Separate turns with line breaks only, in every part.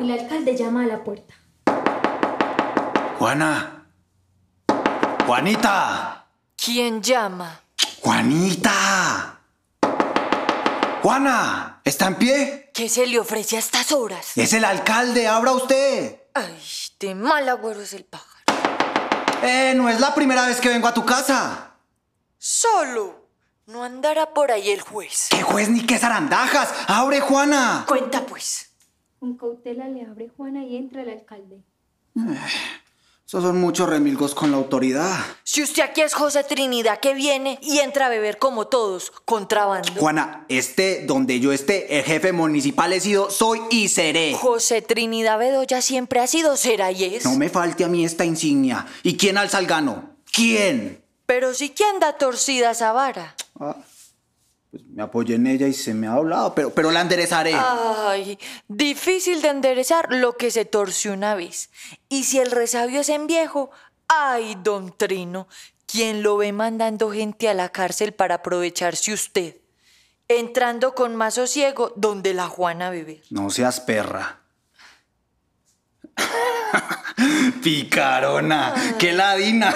El alcalde llama a la puerta.
Juana. Juanita.
¿Quién llama?
Juanita. Juana, ¿está en pie?
¿Qué se le ofrece a estas horas?
Es el alcalde, abra usted.
Ay, de mal agüero es el pájaro.
Eh, no es la primera vez que vengo a tu casa.
Solo. No andará por ahí el juez.
¿Qué juez ni qué zarandajas? ¡Abre, Juana!
Cuenta pues.
Con cautela le abre Juana y entra el alcalde.
Esos son muchos remilgos con la autoridad.
Si usted aquí es José Trinidad que viene y entra a beber como todos, contrabando.
Juana, esté donde yo esté, el jefe municipal he sido, soy y seré.
José Trinidad Bedoya siempre ha sido, será y es.
No me falte a mí esta insignia. ¿Y quién alza el gano? ¿Quién?
Pero sí que anda torcida esa vara.
Ah, pues me apoyé en ella y se me ha hablado, pero, pero la enderezaré.
Ah. Ay, difícil de enderezar lo que se torció una vez. Y si el resabio es en viejo, ay, don Trino, quien lo ve mandando gente a la cárcel para aprovecharse usted, entrando con más sosiego donde la Juana a beber.
No seas perra. Picarona, qué ladina.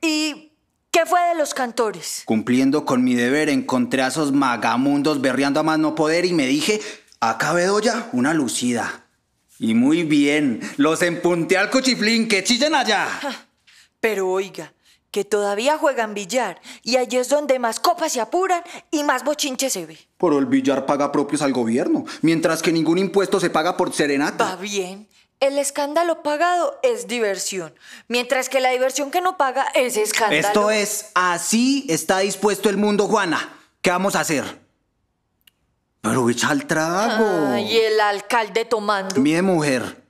¿Y qué fue de los cantores?
Cumpliendo con mi deber, encontré a esos magamundos berreando a más no poder y me dije, acá Bedoya, una lucida. Y muy bien, los empunté al cuchiflín, que chillen allá.
Pero oiga, que todavía juegan billar y allí es donde más copas se apuran y más bochinche se ve.
Por el billar paga propios al gobierno, mientras que ningún impuesto se paga por
Va
serenata.
bien. El escándalo pagado es diversión, mientras que la diversión que no paga es escándalo.
Esto es, así está dispuesto el mundo, Juana. ¿Qué vamos a hacer? Pero echa el trago.
Ay, el alcalde tomando.
Mire, mujer,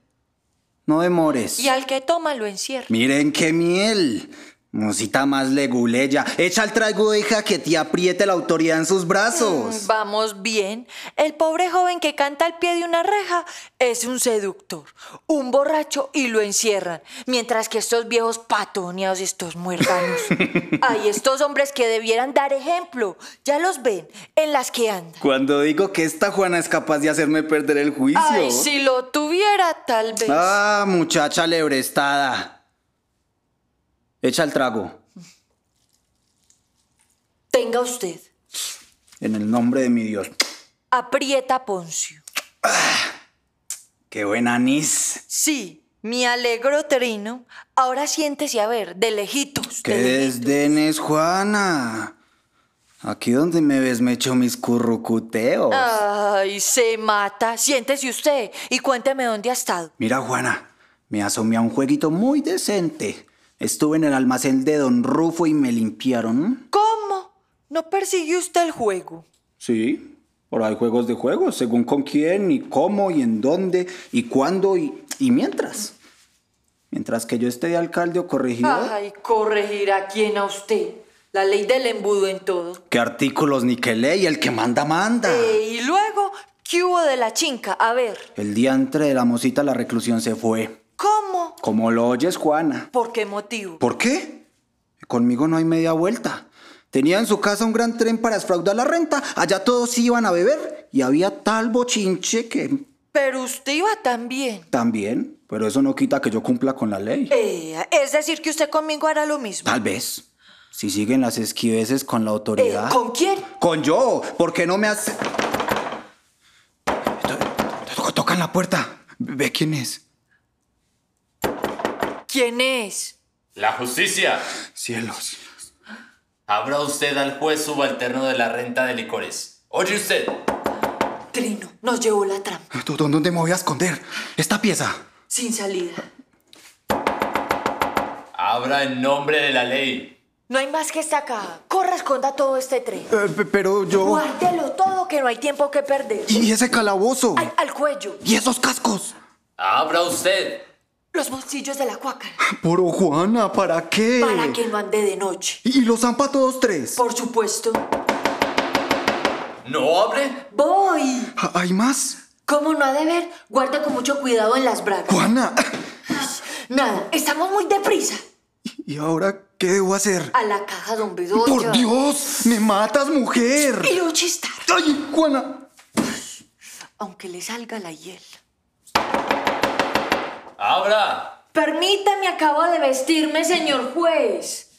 no demores.
Y al que toma lo encierra.
Miren qué miel. Musita más leguleya. Echa el trago, deja que te apriete la autoridad en sus brazos.
Mm, Vamos bien. El pobre joven que canta al pie de una reja es un seductor, un borracho y lo encierran. Mientras que estos viejos patoneados, estos muérganos. Hay estos hombres que debieran dar ejemplo. Ya los ven en las que andan.
Cuando digo que esta Juana es capaz de hacerme perder el juicio.
Ay, si lo tuviera, tal vez.
Ah, muchacha lebrestada. Echa el trago.
Tenga usted.
En el nombre de mi Dios.
Aprieta Poncio.
Qué buen anís.
Sí, mi alegro trino. Ahora siéntese a ver, de lejitos.
Qué
de lejitos.
desdenes, Juana. Aquí donde me ves me echo mis currucuteos.
Ah. Ay, se mata. Siéntese usted y cuénteme dónde ha estado.
Mira, Juana, me asomé a un jueguito muy decente. Estuve en el almacén de Don Rufo y me limpiaron.
¿Cómo? ¿No persiguió usted el juego?
Sí, por hay juegos de juegos, según con quién y cómo y en dónde y cuándo y, y mientras. Mientras que yo esté de alcalde o corregidor.
Ay, corregir a quién a usted. La ley del embudo en todo.
¿Qué artículos ni qué ley? El que manda, manda.
Eh, y luego, ¿qué hubo de la chinca? A ver,
El diantre de la mosita la reclusión se fue.
¿cómo?
Como lo oyes, Juana.
¿Por qué motivo?
¿Por qué? Conmigo no hay media vuelta. Tenía en su casa un gran tren para defraudar la renta. Allá todos iban a beber y había tal bochinche que
Pero usted iba también.
también. Pero eso no quita que yo cumpla con la ley.
Eh, es decir, que usted conmigo hará lo mismo.
Tal vez. Si siguen las esquiveces con la
Eh,
autoridad.
¿Con quién?
Con yo. ¿Por qué no me hace? To- to- Tocan la puerta. Ve quién es.
¿Quién es?
La justicia.
Cielos.
Abra usted al juez subalterno de la renta de licores. Oye usted.
Trino, nos llevó la trampa,
¿Tú- tú- ¿Dónde me voy a esconder? Esta pieza.
sin salida.
Abra en nombre de la ley.
No hay más que esta acá. Corra, esconda todo este tren.
Eh, pe- pero yo.
Guárdelo todo, que no hay tiempo que perder.
¿Y ese calabozo?
Ay, al cuello,
¿Y esos cascos?
Abra usted.
los bolsillos de la cuácara,
Pero Juana, ¿para qué?
para que no ande de noche.
¿Y los zampa todos tres?
Por supuesto.
¿No abre?
Voy.
Ah, ¿Hay más?
Como no ha de ver, guarda con mucho cuidado en las bragas.
Juana,
Nada, estamos muy deprisa.
¿y ahora qué debo hacer?
A la caja, don Bedoya.
¡Por Dios! ¡Me matas, mujer!
Y lo chistar,
¡Ay, Juana!
aunque le salga la hiel.
¡Abra!
Permítame, acabo de vestirme, señor juez.